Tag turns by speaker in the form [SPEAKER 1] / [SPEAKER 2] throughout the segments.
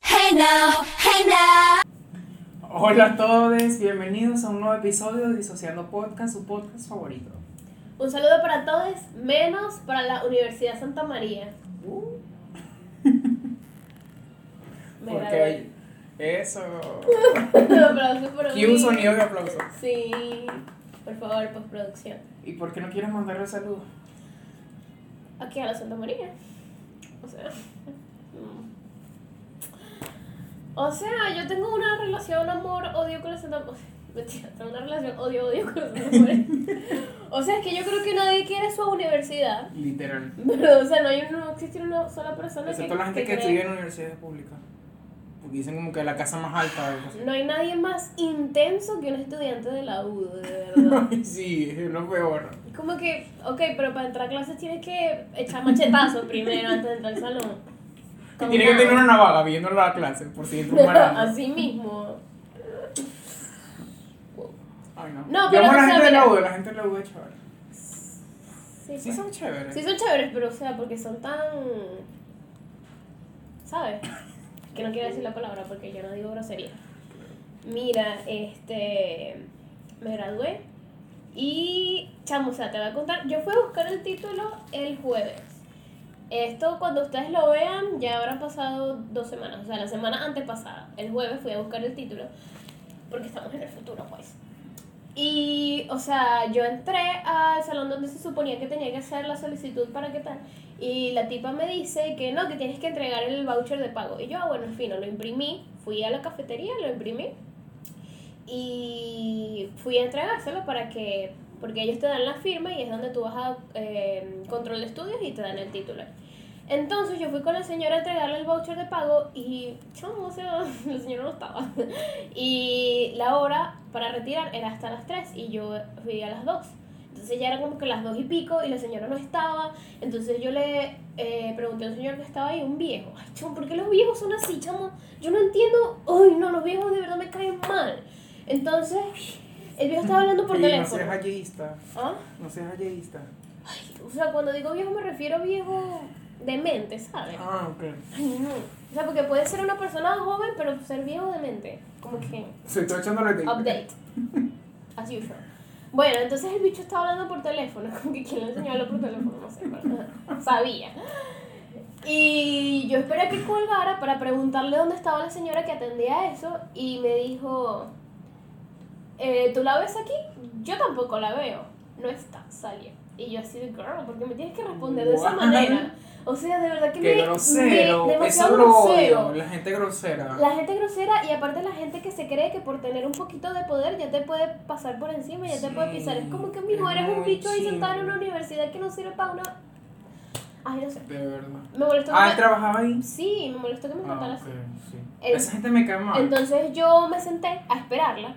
[SPEAKER 1] Hey now, hey now.
[SPEAKER 2] Hola a todos, bienvenidos a un nuevo episodio de Disociando Podcast, su podcast favorito.
[SPEAKER 3] Un saludo para todos, menos para la Universidad Santa María.
[SPEAKER 2] Uh,
[SPEAKER 3] Me
[SPEAKER 2] porque
[SPEAKER 3] gradué.
[SPEAKER 2] hay- eso.
[SPEAKER 3] Aplausos por
[SPEAKER 2] Aquí
[SPEAKER 3] mí.
[SPEAKER 2] un sonido de aplauso.
[SPEAKER 3] Sí, por favor, postproducción.
[SPEAKER 2] ¿Y por qué no quieres mandarle saludos?
[SPEAKER 3] Aquí a la Santa María. O sea. mm. O sea, yo tengo una relación amor-odio con la Santa María. Mentira, tengo una relación odio-odio con la Santa María. O sea, es que yo creo que nadie quiere su universidad.
[SPEAKER 2] Literal.
[SPEAKER 3] Pero, o sea, no, hay, no existe una sola persona
[SPEAKER 2] Excepto la gente que
[SPEAKER 3] cree-
[SPEAKER 2] estudia en universidades públicas. Porque dicen como que la casa más alta. o algo así.
[SPEAKER 3] No hay nadie más intenso que un estudiante de la U, de verdad.
[SPEAKER 2] Sí, es lo peor.
[SPEAKER 3] Es como que, ok, pero para entrar a clases tienes que echar machetazos primero antes de entrar al salón. Como
[SPEAKER 2] Tiene que
[SPEAKER 3] nada.
[SPEAKER 2] tener una navaja viendo la clase, por si entra un malandro.
[SPEAKER 3] Así mismo.
[SPEAKER 2] Ay, no.
[SPEAKER 3] No,
[SPEAKER 2] Yo
[SPEAKER 3] pero,
[SPEAKER 2] amo a
[SPEAKER 3] o
[SPEAKER 2] la
[SPEAKER 3] sea,
[SPEAKER 2] gente de la
[SPEAKER 3] mira.
[SPEAKER 2] U, la gente de la U es chévere.
[SPEAKER 3] Sí,
[SPEAKER 2] Sí,
[SPEAKER 3] pues.
[SPEAKER 2] son chéveres.
[SPEAKER 3] Sí son chéveres, pero o sea, porque son tan... ¿Sabes? Que no quiero decir la palabra porque yo no digo grosería. Mira, este... Me gradué y... Chamo, o sea, te voy a contar. Yo fui a buscar el título el jueves. Esto cuando ustedes lo vean ya habrán pasado dos semanas, o sea, la semana antepasada. El jueves fui a buscar el título porque estamos en el futuro, pues. Y, o sea, yo entré al salón donde se suponía que tenía que hacer la solicitud para qué tal. Y la tipa me dice que no, que tienes que entregar el voucher de pago. Y yo, ah, bueno, en fin, lo imprimí. Fui a la cafetería, lo imprimí. Y fui a entregárselo para que. Porque ellos te dan la firma y es donde tú vas a eh, control de estudios y te dan el título. Entonces yo fui con la señora a entregarle el voucher de pago y. Chamo, o sea, la señora no estaba. Y la hora para retirar era hasta las 3 y yo fui a las 2. Entonces ya era como que las 2 y pico y la señora no estaba. Entonces yo le eh, pregunté a un señor que estaba ahí, un viejo. Ay, chamo, ¿por qué los viejos son así, chamo? Yo no entiendo. Ay, no, los viejos de verdad me caen mal. Entonces, el viejo estaba hablando por
[SPEAKER 2] Sí, no
[SPEAKER 3] teléfono.
[SPEAKER 2] seas halleísta.
[SPEAKER 3] ¿Ah?
[SPEAKER 2] No seas halleísta.
[SPEAKER 3] O sea, cuando digo viejo me refiero a viejo de mente, ¿sabes?
[SPEAKER 2] Ah, ok.
[SPEAKER 3] Ay, no. O sea, porque puede ser una persona joven, pero ser viejo de mente. Como que...
[SPEAKER 2] Se está echando la
[SPEAKER 3] Update. As usual. Bueno, entonces el bicho estaba hablando por teléfono. Como que quien le enseñó a hablar por teléfono, no sé. pero Sabía. Y yo esperé a que colgara para preguntarle dónde estaba la señora que atendía eso. Y me dijo: eh, ¿Tú la ves aquí? Yo tampoco la veo. No está, salió. Y yo así de girl, porque me tienes que responder de esa
[SPEAKER 2] What?
[SPEAKER 3] manera. O sea, de verdad que
[SPEAKER 2] Qué
[SPEAKER 3] me.
[SPEAKER 2] grosero.
[SPEAKER 3] me-
[SPEAKER 2] Eso
[SPEAKER 3] demasiado
[SPEAKER 2] lo
[SPEAKER 3] grosero.
[SPEAKER 2] odio. La gente grosera.
[SPEAKER 3] La gente grosera y aparte la gente que se cree que por tener un poquito de poder ya te puede pasar por encima, ya te
[SPEAKER 2] Sí,
[SPEAKER 3] puede pisar. Es como que, mijo,
[SPEAKER 2] es
[SPEAKER 3] eres un
[SPEAKER 2] muy
[SPEAKER 3] bicho ahí
[SPEAKER 2] chimbo.
[SPEAKER 3] sentado en una universidad que no sirve para una... Ay, no sé.
[SPEAKER 2] De verdad.
[SPEAKER 3] Me molestó
[SPEAKER 2] Ah,
[SPEAKER 3] que
[SPEAKER 2] él trabajaba ahí.
[SPEAKER 3] me... Sí, me molestó que me
[SPEAKER 2] Ah,
[SPEAKER 3] trataran
[SPEAKER 2] ok, sí.
[SPEAKER 3] El-
[SPEAKER 2] Esa gente me cae mal.
[SPEAKER 3] así. Entonces yo me senté a esperarla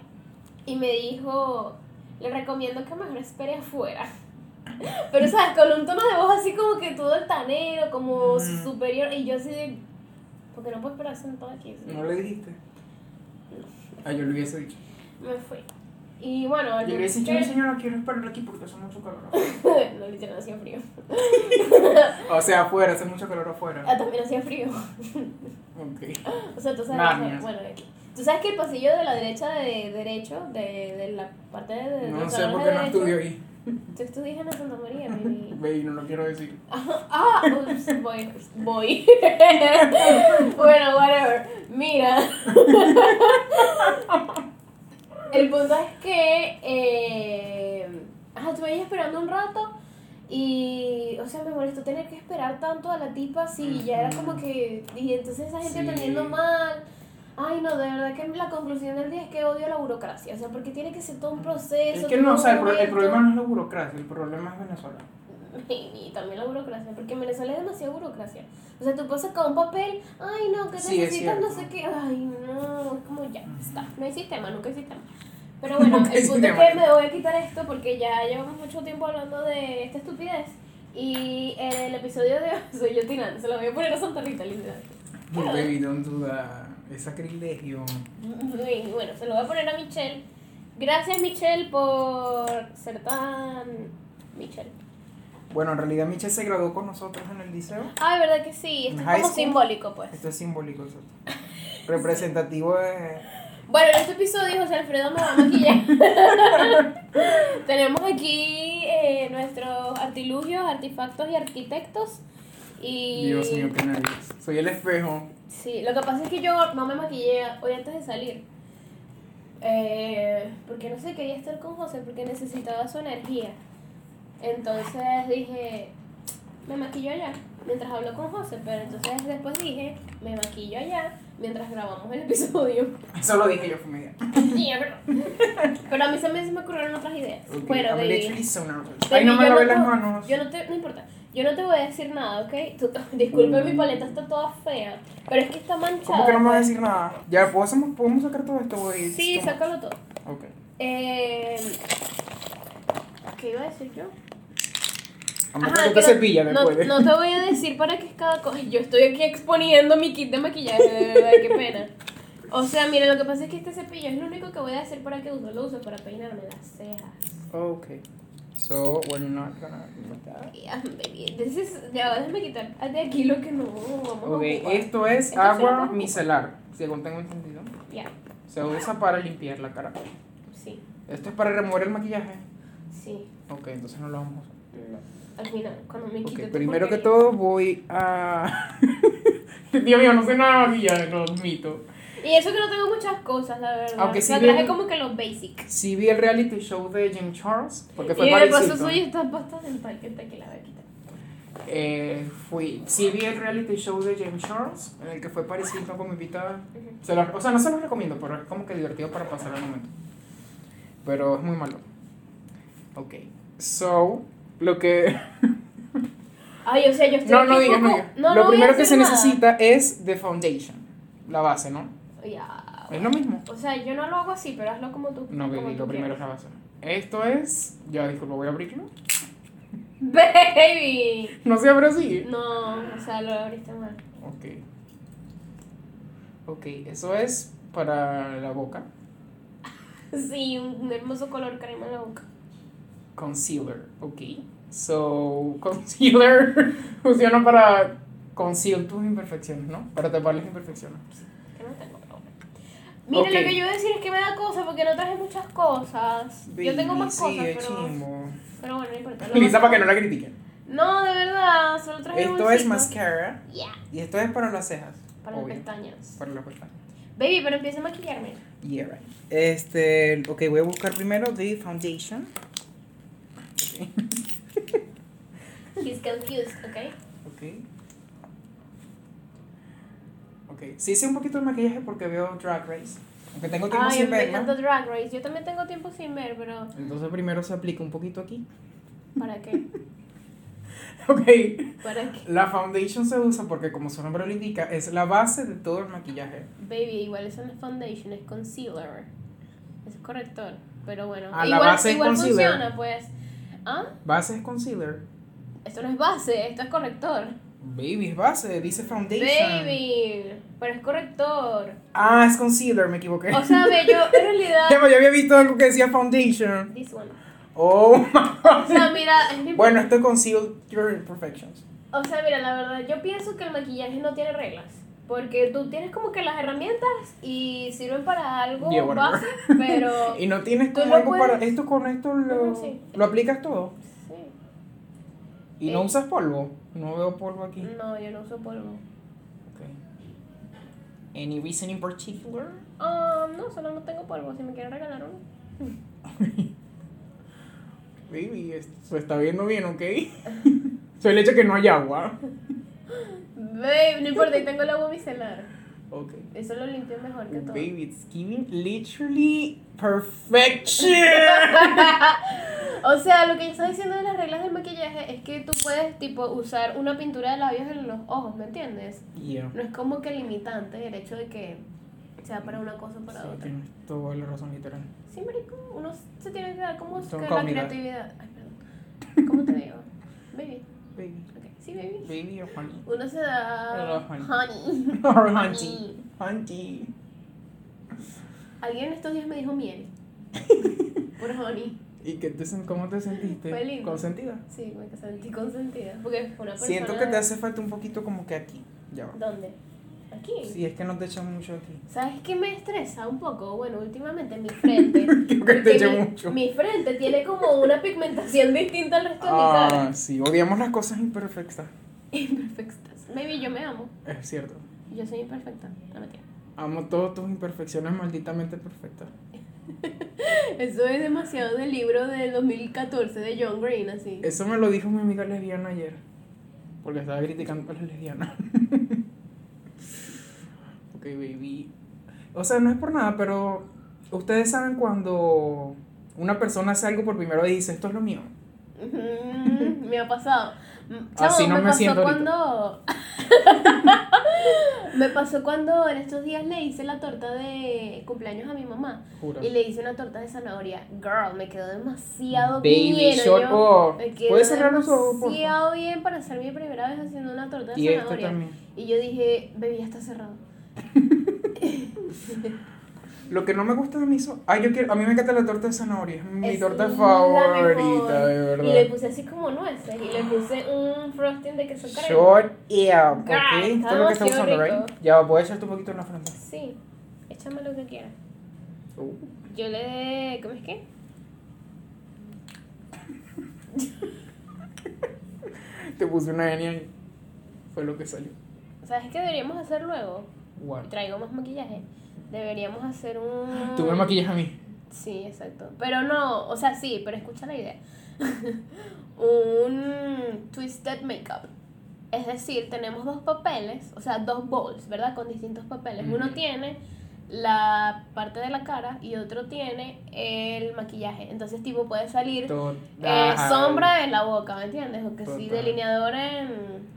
[SPEAKER 3] y me dijo, le recomiendo que mejor espere afuera. Pero, ¿sabes? Con un tono de voz así como que todo altanero, como
[SPEAKER 2] Mm.
[SPEAKER 3] superior. Y yo así de... Porque no puedo esperar sentado aquí. ¿sí?
[SPEAKER 2] no le dijiste. Ah, yo le hubiese dicho.
[SPEAKER 3] Me fui. Y bueno,
[SPEAKER 2] Yo le hubiese dicho, no, señora, quiero esperar aquí porque hace mucho calor. afuera".
[SPEAKER 3] no, literal, hacía frío.
[SPEAKER 2] o sea, afuera, hace mucho calor afuera.
[SPEAKER 3] Ah, eh, también hacía frío.
[SPEAKER 2] Ok.
[SPEAKER 3] O sea, tú sabes.
[SPEAKER 2] Narnia.
[SPEAKER 3] bueno, aquí. Tú sabes que el pasillo de la derecha de derecho, de, de la parte de. de
[SPEAKER 2] No
[SPEAKER 3] los
[SPEAKER 2] sé
[SPEAKER 3] salones
[SPEAKER 2] por
[SPEAKER 3] de
[SPEAKER 2] qué no
[SPEAKER 3] derecho,
[SPEAKER 2] estudio ahí.
[SPEAKER 3] Tú estudias en la Santa María, baby.
[SPEAKER 2] Ve, no lo quiero decir.
[SPEAKER 3] ah, ups, voy. Voy. bueno, whatever. Mira. El punto es que. Eh, ajá, estuve ahí esperando un rato. Y, o sea, me molestó tener que esperar tanto a la tipa así. Ya era como que. Y entonces esa gente
[SPEAKER 2] Sí.
[SPEAKER 3] atendiendo mal. Ay, no, de verdad que la conclusión del día es que odio la burocracia. O sea, porque tiene que ser todo un proceso.
[SPEAKER 2] Es que
[SPEAKER 3] todo
[SPEAKER 2] no, o
[SPEAKER 3] un
[SPEAKER 2] sea, el, pro- el
[SPEAKER 3] momento.
[SPEAKER 2] problema no es la burocracia, el problema es Venezuela.
[SPEAKER 3] Y también la burocracia, porque en Venezuela es demasiada burocracia. O sea, tú puedes sacar un papel, ay no, que
[SPEAKER 2] Sí, es
[SPEAKER 3] necesitas no
[SPEAKER 2] cierto.
[SPEAKER 3] sé qué, ay no, es como ya, está. No hay sistema, nunca hay sistema. Pero bueno,
[SPEAKER 2] Nunca hay
[SPEAKER 3] el punto es
[SPEAKER 2] sistema.
[SPEAKER 3] que me voy a quitar esto porque ya llevamos mucho tiempo hablando de esta estupidez. Y en el episodio de hoy soy yo tirando, se lo voy a poner a Santa Rita, literal.
[SPEAKER 2] No, baby, don't do that. Es sacrilegio.
[SPEAKER 3] Y bueno, se lo voy a poner a Michelle. Gracias Michelle por ser tan Michelle.
[SPEAKER 2] Bueno, en realidad Michelle se graduó con nosotros en el liceo.
[SPEAKER 3] Ah, verdad que sí, esto
[SPEAKER 2] En
[SPEAKER 3] es
[SPEAKER 2] high
[SPEAKER 3] como
[SPEAKER 2] school.
[SPEAKER 3] simbólico, pues.
[SPEAKER 2] Esto es simbólico, exacto. Representativo de.
[SPEAKER 3] Bueno, en este episodio José Alfredo me va a maquillar. Tenemos aquí eh, nuestros artilugios, artefactos y arquitectos. Y
[SPEAKER 2] Dios mío, qué nervios. Soy el espejo.
[SPEAKER 3] Sí, lo que pasa es que yo no me maquillé hoy antes de salir. Eh, porque no sé, quería estar con José porque necesitaba su energía. Entonces dije, me maquillo allá mientras hablo con José, pero entonces después dije, me maquillo allá mientras grabamos el episodio.
[SPEAKER 2] Eso lo dije yo, fue mi idea.
[SPEAKER 3] Mierda. pero a mí también se me ocurrieron otras ideas.
[SPEAKER 2] Ok,
[SPEAKER 3] Bueno,
[SPEAKER 2] I'm
[SPEAKER 3] de...
[SPEAKER 2] literally so nervous.
[SPEAKER 3] Baby,
[SPEAKER 2] Ay, no me
[SPEAKER 3] yo
[SPEAKER 2] lavé
[SPEAKER 3] no
[SPEAKER 2] las
[SPEAKER 3] puedo-
[SPEAKER 2] manos.
[SPEAKER 3] Yo no te, no importa, yo no te voy a decir nada, ¿ok? Tú- disculpa, mi paleta está toda fea, pero es que está manchada.
[SPEAKER 2] ¿Cómo que no me vas a
[SPEAKER 3] pues.
[SPEAKER 2] decir nada? Ya, ¿podemos, podemos sacar todo esto, güey?
[SPEAKER 3] Sí,
[SPEAKER 2] Toma.
[SPEAKER 3] sácalo todo.
[SPEAKER 2] Ok.
[SPEAKER 3] Eh, ¿Qué iba a decir yo?
[SPEAKER 2] A menos
[SPEAKER 3] Ajá,
[SPEAKER 2] que tú
[SPEAKER 3] que
[SPEAKER 2] te cepillas
[SPEAKER 3] no,
[SPEAKER 2] después.
[SPEAKER 3] no te voy a decir para qué es cada cosa. Yo estoy aquí exponiendo mi kit de maquillaje, de verdad, qué pena. O sea, mira, lo que pasa es que este cepillo es lo único que voy a hacer para que uso. Lo uso para peinarme las cejas.
[SPEAKER 2] Ok. So, we're not gonna do that.
[SPEAKER 3] Yeah, baby. This is- ya, déjame quitar de aquí lo que no vamos
[SPEAKER 2] Ok,
[SPEAKER 3] a ocupar.
[SPEAKER 2] esto es
[SPEAKER 3] Esto será
[SPEAKER 2] agua
[SPEAKER 3] para-
[SPEAKER 2] micelar, según tengo entendido.
[SPEAKER 3] Ya,
[SPEAKER 2] Se usa para limpiar la cara.
[SPEAKER 3] sí,
[SPEAKER 2] Esto es para remover el maquillaje.
[SPEAKER 3] sí.
[SPEAKER 2] Ok, entonces no lo vamos a usar.
[SPEAKER 3] Al final, cuando me quito
[SPEAKER 2] Ok,
[SPEAKER 3] tu
[SPEAKER 2] primero que
[SPEAKER 3] porquería.
[SPEAKER 2] todo voy a... Dios mío, no sé nada de maquillaje, lo admito.
[SPEAKER 3] Y eso que no tengo muchas cosas, la verdad.
[SPEAKER 2] Aunque
[SPEAKER 3] O
[SPEAKER 2] sí
[SPEAKER 3] sea, traje
[SPEAKER 2] bien-
[SPEAKER 3] como que los basics.
[SPEAKER 2] Sí vi el reality show de Jim Charles, porque fue
[SPEAKER 3] Y el paso
[SPEAKER 2] parecito.
[SPEAKER 3] suyo está pasta dental que está aquí la voy a quitar.
[SPEAKER 2] Eh, fui, sí vi el reality show de James Charles, en el que fue Paris Hilton como invitada.
[SPEAKER 3] Ujú.
[SPEAKER 2] Se los- o sea, no se los recomiendo, pero es como que divertido para pasar el momento. Pero es muy malo. Ok. So, lo que...
[SPEAKER 3] Ay, o sea, yo estoy
[SPEAKER 2] No,
[SPEAKER 3] aquí
[SPEAKER 2] no digas,
[SPEAKER 3] como-
[SPEAKER 2] Este no digas. Lo
[SPEAKER 3] voy a
[SPEAKER 2] primero que
[SPEAKER 3] hacer
[SPEAKER 2] se
[SPEAKER 3] nada.
[SPEAKER 2] necesita es The Foundation, la base, ¿no?
[SPEAKER 3] Ya.
[SPEAKER 2] Es lo mismo.
[SPEAKER 3] O sea, yo no lo hago así, pero hazlo como tú.
[SPEAKER 2] No,
[SPEAKER 3] como
[SPEAKER 2] baby,
[SPEAKER 3] tú
[SPEAKER 2] lo primero es la base. Esto es... Ya, disculpa, voy a abrirlo.
[SPEAKER 3] quieras. Baby.
[SPEAKER 2] No se abre así.
[SPEAKER 3] No, o sea, lo abriste mal.
[SPEAKER 2] Ok. Ok, eso es para la boca.
[SPEAKER 3] Sí, un hermoso color crema en la boca.
[SPEAKER 2] Concealer, ok. So, concealer funciona para conceal tus imperfecciones, ¿no? Para tapar las imperfecciones.
[SPEAKER 3] Que no tengo pero bueno. Mira,
[SPEAKER 2] Ok.
[SPEAKER 3] lo que yo iba a decir es que me da cosa porque no traje muchas cosas. yo tengo más
[SPEAKER 2] Baby, sí,
[SPEAKER 3] cosas,
[SPEAKER 2] es
[SPEAKER 3] pero,
[SPEAKER 2] chimbo.
[SPEAKER 3] pero bueno, no importa. lo
[SPEAKER 2] Lisa,
[SPEAKER 3] más-
[SPEAKER 2] para que no la critiquen.
[SPEAKER 3] No, de verdad, solo traje
[SPEAKER 2] Esto
[SPEAKER 3] bolsitas.
[SPEAKER 2] es mascara
[SPEAKER 3] Ya,
[SPEAKER 2] y esto es para las cejas.
[SPEAKER 3] para
[SPEAKER 2] obvio,
[SPEAKER 3] las pestañas.
[SPEAKER 2] Para las pestañas.
[SPEAKER 3] Baby, pero empieza a maquillarme.
[SPEAKER 2] Yeah, right. Este, ok, voy a buscar primero The Foundation. Ok.
[SPEAKER 3] He's confused, ¿ok?
[SPEAKER 2] Ok. Ok. Sí hice un poquito de maquillaje porque veo Drag Race. Aunque tengo tiempo
[SPEAKER 3] Ay,
[SPEAKER 2] sin
[SPEAKER 3] me
[SPEAKER 2] verla.
[SPEAKER 3] encanta Drag Race. Yo también tengo tiempo sin ver, pero
[SPEAKER 2] Entonces primero se aplica un poquito aquí.
[SPEAKER 3] ¿para qué?
[SPEAKER 2] Ok.
[SPEAKER 3] ¿Para qué?
[SPEAKER 2] La foundation se usa porque como su nombre lo indica, es la base de todo el maquillaje.
[SPEAKER 3] Baby, igual eso no es foundation, es concealer. Eso es corrector. Pero bueno,
[SPEAKER 2] Ah, la
[SPEAKER 3] igual,
[SPEAKER 2] base es
[SPEAKER 3] igual
[SPEAKER 2] concealer.
[SPEAKER 3] funciona, pues. ¿Ah?
[SPEAKER 2] Base es concealer.
[SPEAKER 3] Esto no es base, esto es corrector.
[SPEAKER 2] Baby, es base, dice foundation.
[SPEAKER 3] Baby, pero es corrector.
[SPEAKER 2] Ah, es concealer, me equivoqué.
[SPEAKER 3] O sea, ve, yo en realidad.
[SPEAKER 2] Ya, yo había visto algo que decía foundation.
[SPEAKER 3] This one.
[SPEAKER 2] Oh my
[SPEAKER 3] O sea, mira, es mi-
[SPEAKER 2] Bueno, esto es conceal your imperfections.
[SPEAKER 3] O sea, mira, la verdad, yo pienso que el maquillaje no tiene reglas. Porque tú tienes como que las herramientas y sirven para algo
[SPEAKER 2] Yeah, whatever.
[SPEAKER 3] base, pero.
[SPEAKER 2] Y no tienes
[SPEAKER 3] Tú
[SPEAKER 2] como
[SPEAKER 3] lo
[SPEAKER 2] algo para.
[SPEAKER 3] puedes-
[SPEAKER 2] Esto con esto lo,
[SPEAKER 3] Ujú, sí.
[SPEAKER 2] lo aplicas todo.
[SPEAKER 3] Sí.
[SPEAKER 2] ¿Y no
[SPEAKER 3] Eh.
[SPEAKER 2] usas polvo? No veo polvo aquí.
[SPEAKER 3] No, yo no uso polvo.
[SPEAKER 2] Okay. Any reason in particular?
[SPEAKER 3] Ah, no, solo no tengo polvo. Si me quieren regalar uno.
[SPEAKER 2] Baby, esto se está viendo bien, ¿ok? Soy el hecho que no hay agua.
[SPEAKER 3] Babe, no importa, ahí tengo el agua micelar.
[SPEAKER 2] Ok.
[SPEAKER 3] Eso lo limpio mejor que todo.
[SPEAKER 2] Baby, it's giving literally perfection.
[SPEAKER 3] o sea, lo que yo estaba diciendo de las reglas del maquillaje es que tú puedes, tipo, usar una pintura de labios en los ojos, ¿me entiendes?
[SPEAKER 2] yeah.
[SPEAKER 3] No es como que limitante el hecho de que sea para una cosa o para
[SPEAKER 2] Sí,
[SPEAKER 3] otra.
[SPEAKER 2] tienes toda la razón literal.
[SPEAKER 3] Sí, marico, uno se tiene que dar como
[SPEAKER 2] Son
[SPEAKER 3] que la
[SPEAKER 2] cómidas.
[SPEAKER 3] creatividad. Ay, perdón. ¿Cómo te digo? Baby.
[SPEAKER 2] Baby,
[SPEAKER 3] Ok, sí, baby.
[SPEAKER 2] baby or honey?
[SPEAKER 3] Uno se da...
[SPEAKER 2] Pero honey.
[SPEAKER 3] honey.
[SPEAKER 2] or hunty.
[SPEAKER 3] Honey.
[SPEAKER 2] Hunty.
[SPEAKER 3] Alguien estos días me dijo miel. Por honey.
[SPEAKER 2] ¿Y qué te, sen- cómo te sentiste?
[SPEAKER 3] Fue lindo.
[SPEAKER 2] ¿Consentida?
[SPEAKER 3] Sí, me sentí consentida. Porque fue una persona.
[SPEAKER 2] Siento que te hace falta un poquito como que aquí. Ya va.
[SPEAKER 3] ¿Dónde? Aquí.
[SPEAKER 2] Sí, es que no te echan mucho aquí.
[SPEAKER 3] ¿Sabes qué me estresa un poco? Bueno, últimamente mi frente.
[SPEAKER 2] Creo que te
[SPEAKER 3] porque
[SPEAKER 2] echan
[SPEAKER 3] mi,
[SPEAKER 2] mucho.
[SPEAKER 3] mi frente tiene como una pigmentación distinta al resto de mi cara.
[SPEAKER 2] Ah, sí, odiamos las cosas imperfectas.
[SPEAKER 3] Imperfectas. Baby, yo me amo.
[SPEAKER 2] Es cierto.
[SPEAKER 3] Yo soy imperfecta. No mentira.
[SPEAKER 2] Amo todas tus imperfecciones malditamente perfectas.
[SPEAKER 3] Eso es demasiado del libro del 2014 de John Green, así.
[SPEAKER 2] Eso me lo dijo mi amiga lesbiana ayer. Porque estaba criticando a las lesbianas. ok, baby. O sea, no es por nada, pero ustedes saben cuando una persona hace algo por primera vez y dice, esto es lo mío.
[SPEAKER 3] Ujú, me ha pasado. Mm, Chamo,
[SPEAKER 2] Así no
[SPEAKER 3] me,
[SPEAKER 2] me
[SPEAKER 3] pasó
[SPEAKER 2] siento ahorita.
[SPEAKER 3] cuando. me pasó cuando en estos días le hice la torta de cumpleaños a mi mamá.
[SPEAKER 2] Juro.
[SPEAKER 3] Y le hice una torta de zanahoria. Girl, me quedó demasiado
[SPEAKER 2] Baby,
[SPEAKER 3] bien.
[SPEAKER 2] shut
[SPEAKER 3] oye.
[SPEAKER 2] up.
[SPEAKER 3] Me quedó
[SPEAKER 2] ¿Puedes cerrar los ojos, por favor?
[SPEAKER 3] demasiado bien para hacer mi primera vez haciendo una torta de
[SPEAKER 2] Y esto
[SPEAKER 3] zanahoria.
[SPEAKER 2] también.
[SPEAKER 3] Y yo dije, baby, ya está cerrado.
[SPEAKER 2] Lo que no me gusta de mí son... Ah, yo quiero... A mí me encanta la torta de zanahoria. Es mi
[SPEAKER 3] Es
[SPEAKER 2] torta
[SPEAKER 3] la mejor.
[SPEAKER 2] favorita, de
[SPEAKER 3] Y le
[SPEAKER 2] verdad.
[SPEAKER 3] puse así como nueces. Y le puse un frosting de queso crema.
[SPEAKER 2] Short y up, ok.
[SPEAKER 3] Guys,
[SPEAKER 2] Esto es lo que está
[SPEAKER 3] estamos
[SPEAKER 2] usando,
[SPEAKER 3] haciendo
[SPEAKER 2] right? Ya, puedes echarte un poquito en la frente.
[SPEAKER 3] Sí, échame lo que quieras.
[SPEAKER 2] Uh.
[SPEAKER 3] Yo le. ¿Cómo es que?
[SPEAKER 2] Te puse una N ahí. Fue lo que salió.
[SPEAKER 3] ¿Sabes qué deberíamos hacer luego?
[SPEAKER 2] Guau.
[SPEAKER 3] Traigo más maquillaje. Deberíamos hacer un.
[SPEAKER 2] Tú me maquillas a mí.
[SPEAKER 3] Sí, exacto. Pero no, o sea, sí, pero escucha la idea. un twisted makeup. Es decir, tenemos dos papeles, o sea, dos bowls, ¿verdad? Con distintos papeles. Uno
[SPEAKER 2] Ujú.
[SPEAKER 3] tiene la parte de la cara y otro tiene el maquillaje. Entonces, tipo, puede salir eh,
[SPEAKER 2] Total.
[SPEAKER 3] sombra en la boca, ¿me entiendes? O que sí,
[SPEAKER 2] Total.
[SPEAKER 3] delineador en...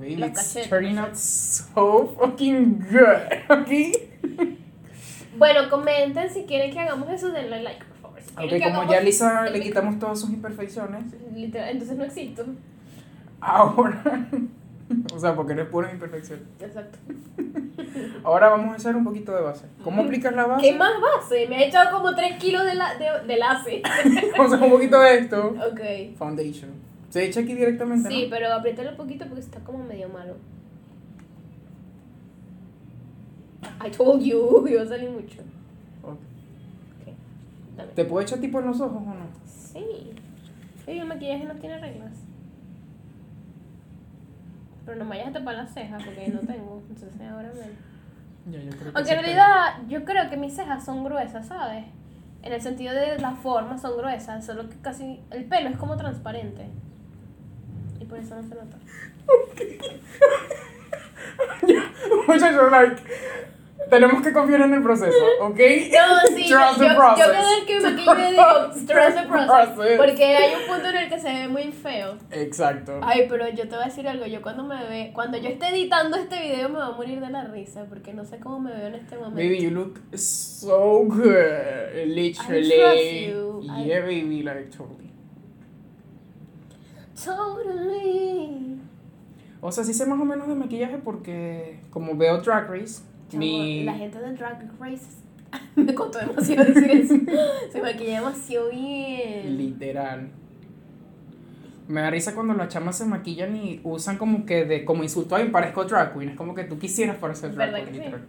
[SPEAKER 2] Baby,
[SPEAKER 3] los
[SPEAKER 2] it's
[SPEAKER 3] cachetes.
[SPEAKER 2] turning out so fucking good. ¿Ok?
[SPEAKER 3] Bueno, comenten si quieren que hagamos eso, denle like, por favor. Si quieren
[SPEAKER 2] Ok,
[SPEAKER 3] que
[SPEAKER 2] como
[SPEAKER 3] hagamos-
[SPEAKER 2] ya Lisa le quitamos todas sus imperfecciones,
[SPEAKER 3] Literal, entonces no existo.
[SPEAKER 2] ahora. O sea, porque no es pura imperfección.
[SPEAKER 3] Exacto.
[SPEAKER 2] Ahora vamos a hacer un poquito de base. ¿Cómo aplicas la base?
[SPEAKER 3] ¿Qué más base? Me ha echado como 3 kilos de, la, de, de lace.
[SPEAKER 2] Vamos a hacer un poquito de esto.
[SPEAKER 3] ok.
[SPEAKER 2] Foundation. Se echa aquí directamente,
[SPEAKER 3] Sí,
[SPEAKER 2] ¿no?
[SPEAKER 3] pero apriétalo un poquito porque está como medio malo. I told you, iba a salir mucho.
[SPEAKER 2] Ok.
[SPEAKER 3] Dame.
[SPEAKER 2] ¿Te puedo echar tipo en los ojos o no?
[SPEAKER 3] Sí. Oye, el maquillaje no tiene reglas. Pero no me vayas a tapar las cejas porque no tengo. Entonces ahora me.
[SPEAKER 2] Ya, yo creo que
[SPEAKER 3] Aunque
[SPEAKER 2] sí
[SPEAKER 3] en realidad yo creo que mis cejas son gruesas, ¿sabes? En el sentido de las formas son gruesas, solo que casi el pelo es como transparente. Y por eso no se nota.
[SPEAKER 2] está. Muchachos, like, tenemos que confiar en el proceso, ¿ok?
[SPEAKER 3] No, sí, yo,
[SPEAKER 2] Trust the
[SPEAKER 3] yo, yo
[SPEAKER 2] process.
[SPEAKER 3] cada vez que me maquillo yo digo, trust the process.
[SPEAKER 2] process.
[SPEAKER 3] Porque hay un punto en el que se ve muy feo.
[SPEAKER 2] Exacto.
[SPEAKER 3] Ay, pero yo te voy a decir algo, yo cuando me ve, cuando yo esté editando este video me voy a morir de la risa, porque no sé cómo me veo en este momento.
[SPEAKER 2] Baby, you look so good, literally.
[SPEAKER 3] I trust you. I-
[SPEAKER 2] Yeah, baby, like totally.
[SPEAKER 3] Totally.
[SPEAKER 2] O sea, sí sé más o menos de maquillaje porque como veo Drag Race,
[SPEAKER 3] Chamo,
[SPEAKER 2] mi
[SPEAKER 3] La gente de Drag Race me costó demasiado decir eso. Se maquilla demasiado bien.
[SPEAKER 2] literal. Me da risa cuando las chamas se maquillan y usan como que de como insulto a parezco drag queen, es como que tú quisieras parecer drag queen,
[SPEAKER 3] ¿Verdad que sí?
[SPEAKER 2] literal.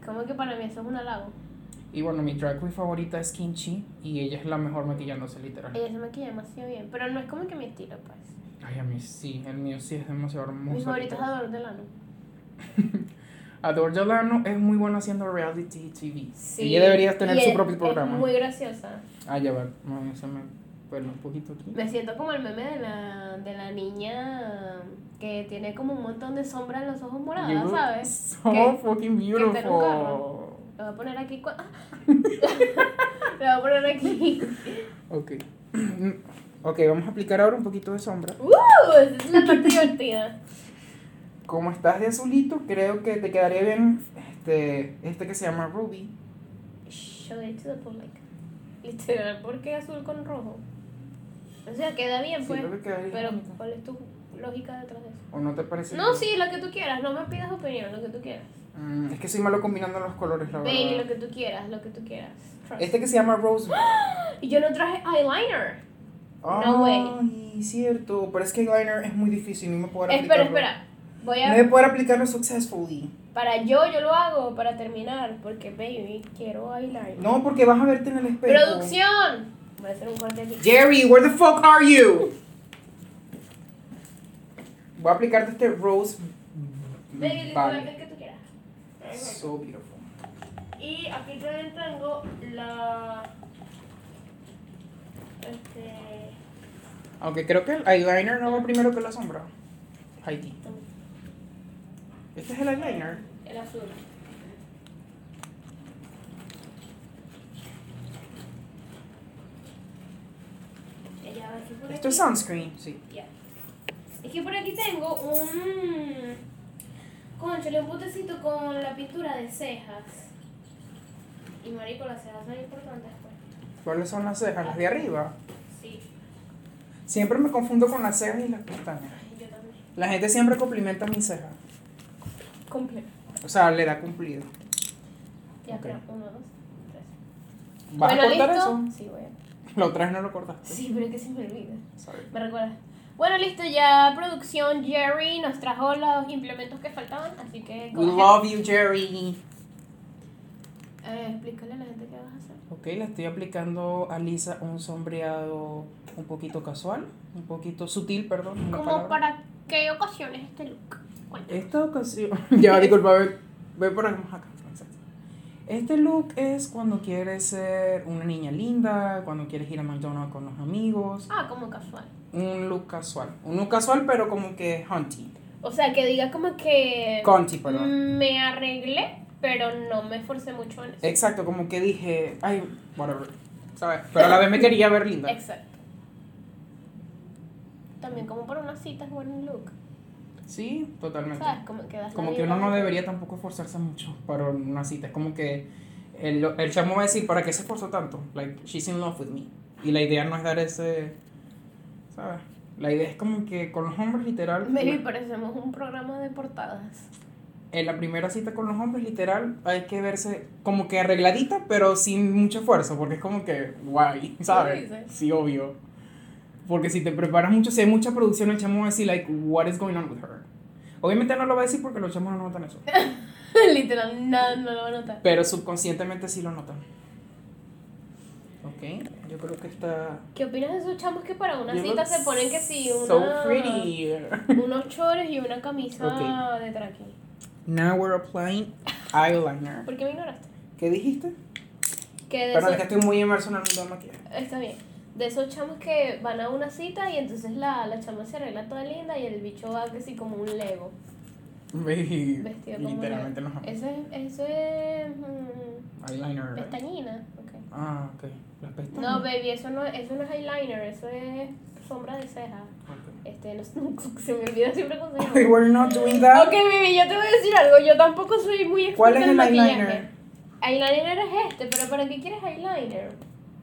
[SPEAKER 3] Es como que para mí eso es un halago.
[SPEAKER 2] Y bueno, mi drag queen favorita es Kimchi y ella es la mejor maquillándose, literal.
[SPEAKER 3] Ella se maquilla demasiado bien, pero no es como que mi estilo, pues.
[SPEAKER 2] Ay, a mí sí, el mío sí es demasiado hermoso.
[SPEAKER 3] Mi favorito es
[SPEAKER 2] literal.
[SPEAKER 3] Ador Delano.
[SPEAKER 2] Adore Delano es muy buena haciendo reality TV.
[SPEAKER 3] Sí.
[SPEAKER 2] Ella debería tener
[SPEAKER 3] Y
[SPEAKER 2] su
[SPEAKER 3] es-
[SPEAKER 2] propio
[SPEAKER 3] es
[SPEAKER 2] programa.
[SPEAKER 3] muy graciosa.
[SPEAKER 2] Ah, ya va. No, se me bueno, un poquito aquí.
[SPEAKER 3] Me siento como el meme de la, de la niña que tiene como un montón de sombra en los ojos
[SPEAKER 2] You
[SPEAKER 3] moradas,
[SPEAKER 2] look
[SPEAKER 3] ¿sabes?
[SPEAKER 2] So
[SPEAKER 3] Que-
[SPEAKER 2] fucking
[SPEAKER 3] está en un
[SPEAKER 2] beautiful.
[SPEAKER 3] carro. Lo voy a poner aquí. cua- Lo voy a poner aquí.
[SPEAKER 2] Ok. ok, vamos a aplicar ahora un poquito de sombra.
[SPEAKER 3] ¡Uh! Esa es la parte divertida.
[SPEAKER 2] Como estás de azulito, creo que te quedaría bien este, este que se llama Ruby.
[SPEAKER 3] Show it to the public. Literal, ¿por qué azul con rojo? O sea, queda bien, pues.
[SPEAKER 2] Siento que quedaría
[SPEAKER 3] Pero,
[SPEAKER 2] bonito.
[SPEAKER 3] ¿cuál es tu lógica detrás de eso?
[SPEAKER 2] ¿O no te parece?
[SPEAKER 3] No, sí, lo que tú quieras. No me pidas opinión, lo que tú quieras.
[SPEAKER 2] Mm, es que soy malo combinando los colores, la
[SPEAKER 3] Baby,
[SPEAKER 2] verdad.
[SPEAKER 3] lo que tú quieras, lo que tú quieras. Trust.
[SPEAKER 2] Este que se llama Rose.
[SPEAKER 3] Y yo no traje eyeliner. No way.
[SPEAKER 2] Ay, cierto. Pero es que eyeliner es muy difícil. No me puedo
[SPEAKER 3] Espera,
[SPEAKER 2] aplicarlo.
[SPEAKER 3] espera. Voy
[SPEAKER 2] No me
[SPEAKER 3] a.
[SPEAKER 2] puedo aplicarlo successfully.
[SPEAKER 3] Para yo, yo lo hago para terminar. Porque, baby, quiero eyeliner.
[SPEAKER 2] No, porque vas a verte en el espejo.
[SPEAKER 3] ¡Producción! Voy a hacer un corte aquí.
[SPEAKER 2] Jerry, where the fuck are you? Voy a aplicarte este Rose.
[SPEAKER 3] Baby, listo,
[SPEAKER 2] Vale.
[SPEAKER 3] la que tú quieras.
[SPEAKER 2] So beautiful.
[SPEAKER 3] Y aquí también tengo la. Este.
[SPEAKER 2] Aunque creo que el eyeliner no va primero que la sombra. Heidi. Este es el eyeliner.
[SPEAKER 3] El azul. Ya, aquí por
[SPEAKER 2] Esto es
[SPEAKER 3] aquí-
[SPEAKER 2] sunscreen. Sí.
[SPEAKER 3] ya. Es que por aquí tengo un. Conchale, un botecito con la pintura de cejas. Y marico, las cejas son importantes, pues.
[SPEAKER 2] ¿Cuáles son las cejas? Las de arriba.
[SPEAKER 3] Sí,
[SPEAKER 2] Siempre me confundo con las cejas y las pestañas.
[SPEAKER 3] ay, yo también.
[SPEAKER 2] La gente siempre complimenta mis cejas.
[SPEAKER 3] Cumple.
[SPEAKER 2] O sea, le da cumplido.
[SPEAKER 3] Ya,
[SPEAKER 2] Ok.
[SPEAKER 3] creo. Uno, dos, tres.
[SPEAKER 2] ¿Vas
[SPEAKER 3] bueno,
[SPEAKER 2] a cortar
[SPEAKER 3] ¿listo?
[SPEAKER 2] eso?
[SPEAKER 3] Sí, voy a-
[SPEAKER 2] La otra vez no lo cortaste.
[SPEAKER 3] Sí, pero es que se me olvida.
[SPEAKER 2] Sorry.
[SPEAKER 3] Me recuerda. Bueno, listo, ya producción Jerry nos trajo los implementos que faltaban, así que...
[SPEAKER 2] We love you, Jerry.
[SPEAKER 3] Eh, explícale a la gente qué vas a hacer.
[SPEAKER 2] Ok, le estoy aplicando a Lisa un sombreado un poquito casual, un poquito sutil, perdón. es la
[SPEAKER 3] Como
[SPEAKER 2] palabra.
[SPEAKER 3] para qué ocasiones este look. Cuéntame.
[SPEAKER 2] Esta ocasión. ya, disculpa, ve, ve por acá. acá, exacto. Este look es cuando quieres ser una niña linda, cuando quieres ir a McDonald's con los amigos.
[SPEAKER 3] Ah, como casual.
[SPEAKER 2] Un look casual. Un look casual, pero como que hunty.
[SPEAKER 3] O sea, que diga como que... mm,
[SPEAKER 2] Conti, perdón.
[SPEAKER 3] Me arreglé, pero no me esforcé mucho en eso.
[SPEAKER 2] Exacto, como que dije, ay, whatever. ¿Sabes? Pero a la vez me quería ver linda.
[SPEAKER 3] Exacto. También como para una cita es buen look.
[SPEAKER 2] Sí, totalmente.
[SPEAKER 3] ¿Sabes? Como que das la
[SPEAKER 2] Como que
[SPEAKER 3] vibra.
[SPEAKER 2] uno no debería tampoco esforzarse mucho para una cita. Es como que el, el chamo va a decir, ¿para qué se esforzó tanto? Like, she's in love with me. Y la idea no es dar ese. ¿Sabes? La idea es como que con los hombres, literal.
[SPEAKER 3] Baby,
[SPEAKER 2] la-
[SPEAKER 3] parecemos un programa de portadas.
[SPEAKER 2] en la primera cita con los hombres, literal, hay que verse como que arregladita, pero sin mucho esfuerzo, porque es como que guay, ¿sabes?
[SPEAKER 3] dices?
[SPEAKER 2] Sí, obvio. Porque si te preparas mucho, si hay mucha producción, el chamo va a decir, like, what is going on with her? Obviamente no lo va a decir porque los chamos no notan eso.
[SPEAKER 3] Literal, nada, no lo va a notar.
[SPEAKER 2] Pero subconscientemente sí lo notan. Ok, yo creo que está.
[SPEAKER 3] ¿Qué opinas de esos chamos que para una
[SPEAKER 2] You
[SPEAKER 3] cita
[SPEAKER 2] look
[SPEAKER 3] se ponen que sí, una,
[SPEAKER 2] So pretty.
[SPEAKER 3] unos chores y una camisa de traqui?
[SPEAKER 2] Now we're applying eyeliner.
[SPEAKER 3] ¿Por qué me ignoraste?
[SPEAKER 2] ¿Qué dijiste?
[SPEAKER 3] Que de
[SPEAKER 2] Perdón, es
[SPEAKER 3] esos-
[SPEAKER 2] que estoy muy inmerso en el mundo de maquillaje.
[SPEAKER 3] Está bien. De esos chamos que van a una cita y entonces la, la chama se arregla toda linda y el bicho va que sí como un lego.
[SPEAKER 2] Baby,
[SPEAKER 3] Vestido como
[SPEAKER 2] Literalmente nos amamos.
[SPEAKER 3] Eso es, eso es mm,
[SPEAKER 2] Eyeliner.
[SPEAKER 3] pestañina. ok.
[SPEAKER 2] Ah, ok. Las pestañas.
[SPEAKER 3] No, baby, eso no, eso no es eyeliner, eso es sombra de ceja.
[SPEAKER 2] Ok.
[SPEAKER 3] Este, no, se me olvida siempre con
[SPEAKER 2] We were not doing that.
[SPEAKER 3] Ok, baby, yo te voy a decir algo. Yo tampoco soy muy experta
[SPEAKER 2] ¿Cuál es
[SPEAKER 3] en
[SPEAKER 2] el
[SPEAKER 3] maquillaje.
[SPEAKER 2] eyeliner?
[SPEAKER 3] Eyeliner es este, pero ¿para qué quieres eyeliner?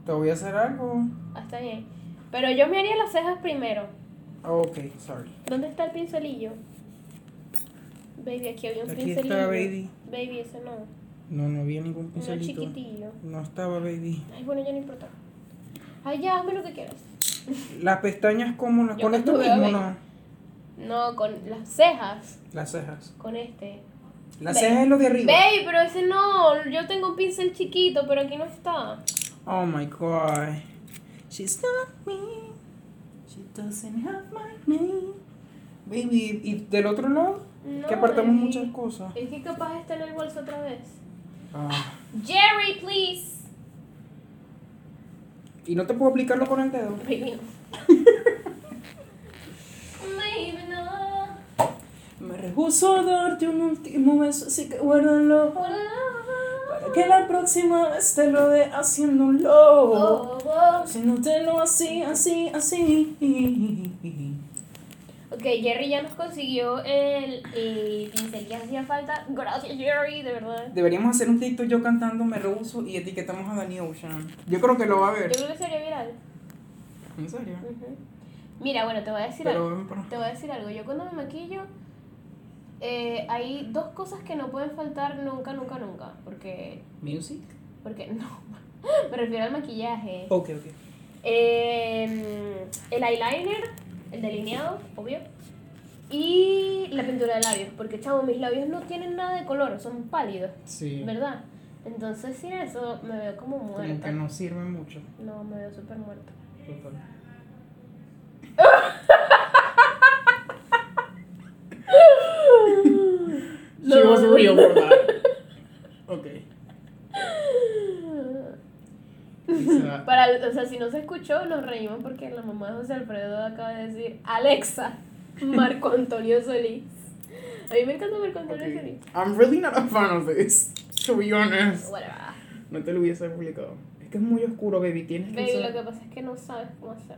[SPEAKER 2] Te voy a hacer algo.
[SPEAKER 3] Ah, está bien. Pero yo me haría las cejas primero.
[SPEAKER 2] Ok, sorry.
[SPEAKER 3] ¿Dónde está el pincelillo? Baby, aquí había un
[SPEAKER 2] Aquí
[SPEAKER 3] pincelillo.
[SPEAKER 2] está, baby.
[SPEAKER 3] Baby, ese no.
[SPEAKER 2] No, no había ningún
[SPEAKER 3] Uno
[SPEAKER 2] pincelito.
[SPEAKER 3] chiquitillo.
[SPEAKER 2] No estaba, baby.
[SPEAKER 3] Ay, bueno, ya no importa. Ay, ya, hazme lo que quieras.
[SPEAKER 2] Las pestañas, ¿cómo las
[SPEAKER 3] Yo
[SPEAKER 2] con esto
[SPEAKER 3] no veo,
[SPEAKER 2] mismo?
[SPEAKER 3] baby.
[SPEAKER 2] No.
[SPEAKER 3] No, con las cejas.
[SPEAKER 2] Las cejas.
[SPEAKER 3] Con este.
[SPEAKER 2] Las
[SPEAKER 3] Ve.
[SPEAKER 2] cejas es lo de arriba.
[SPEAKER 3] Baby, pero ese no. Yo tengo un pincel chiquito, pero aquí no está.
[SPEAKER 2] Oh my god. She's not me. She doesn't have my name. Baby, ¿y del otro lado?
[SPEAKER 3] No,
[SPEAKER 2] que apartamos
[SPEAKER 3] baby.
[SPEAKER 2] muchas cosas.
[SPEAKER 3] Es que capaz está en el bolso otra vez.
[SPEAKER 2] Ah,
[SPEAKER 3] Jerry, please.
[SPEAKER 2] Y no te puedo aplicarlo con el dedo.
[SPEAKER 3] Baby, no. Baby, no.
[SPEAKER 2] Me rehuso a darte un último beso, así que guárdalo. Para que la próxima vez te lo dé haciéndolo.
[SPEAKER 3] Oh, oh.
[SPEAKER 2] Haciéndotelo así, así, así.
[SPEAKER 3] Ok, Jerry ya nos consiguió el, el pincel que hacía falta. Gracias, Jerry, de verdad.
[SPEAKER 2] Deberíamos hacer un TikTok yo cantando Me rehuso y etiquetamos a Danny Ocean. Yo creo que lo va a
[SPEAKER 3] Yo
[SPEAKER 2] ver.
[SPEAKER 3] creo que sería viral.
[SPEAKER 2] ¿En serio?
[SPEAKER 3] Ujú. Mira, bueno, te voy a decir algo.
[SPEAKER 2] Pero ven para-
[SPEAKER 3] Te voy a decir algo, yo cuando me maquillo, eh, hay dos cosas que no pueden faltar nunca, nunca, nunca. Porque,
[SPEAKER 2] Music.
[SPEAKER 3] porque no. Me refiero al maquillaje.
[SPEAKER 2] Ok, ok.
[SPEAKER 3] Eh, el eyeliner, el delineado, obvio. Y la pintura de labios, porque chavo, mis labios no tienen nada de color, son pálidos,
[SPEAKER 2] Sí.
[SPEAKER 3] ¿verdad? Entonces sin eso me veo como
[SPEAKER 2] Como
[SPEAKER 3] muerta.
[SPEAKER 2] que no sirve mucho.
[SPEAKER 3] No, me veo súper muerta.
[SPEAKER 2] Total. She was real for that. Ok. Esa-
[SPEAKER 3] Para, el- o sea, si no se escuchó, nos reímos porque la mamá de José Alfredo acaba de decir, Alexa, Marco Antonio Solís. A mí me encanta Marco Antonio
[SPEAKER 2] okay.
[SPEAKER 3] Solís.
[SPEAKER 2] I'm really not a fan of this. To be honest.
[SPEAKER 3] Whatever.
[SPEAKER 2] No te lo hubiese publicado. Es que es muy oscuro, baby. Tienes que
[SPEAKER 3] Baby,
[SPEAKER 2] usar-
[SPEAKER 3] lo que pasa es que no sabes cómo hacer.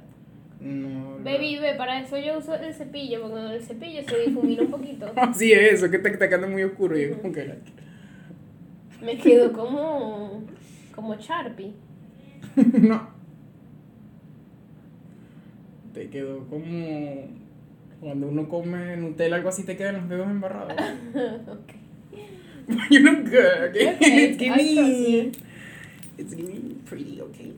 [SPEAKER 2] No. no.
[SPEAKER 3] Baby, ve, para eso yo uso el cepillo, porque con el cepillo se difumina un poquito.
[SPEAKER 2] Así es, eso que te está quedando muy oscuro. Y yo como que like,
[SPEAKER 3] Me quedo como. como Sharpie.
[SPEAKER 2] no. Te quedó como cuando uno come Nutella algo así te quedan los dedos embarrados.
[SPEAKER 3] Ok.
[SPEAKER 2] you look good, okay?
[SPEAKER 3] Okay,
[SPEAKER 2] it's
[SPEAKER 3] I trust
[SPEAKER 2] giving
[SPEAKER 3] you.
[SPEAKER 2] It's giving pretty, okay.